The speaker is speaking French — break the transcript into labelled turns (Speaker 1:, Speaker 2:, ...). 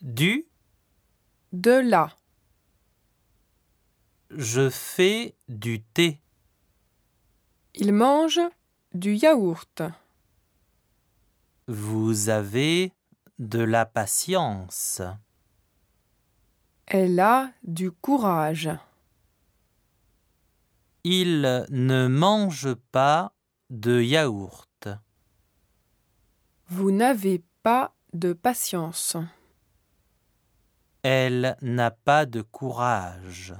Speaker 1: du,
Speaker 2: de là,
Speaker 1: je fais du thé,
Speaker 2: il mange du yaourt,
Speaker 1: vous avez de la patience,
Speaker 2: elle a du courage,
Speaker 1: il ne mange pas de yaourt,
Speaker 2: vous n'avez pas de patience.
Speaker 1: elle n'a pas de courage.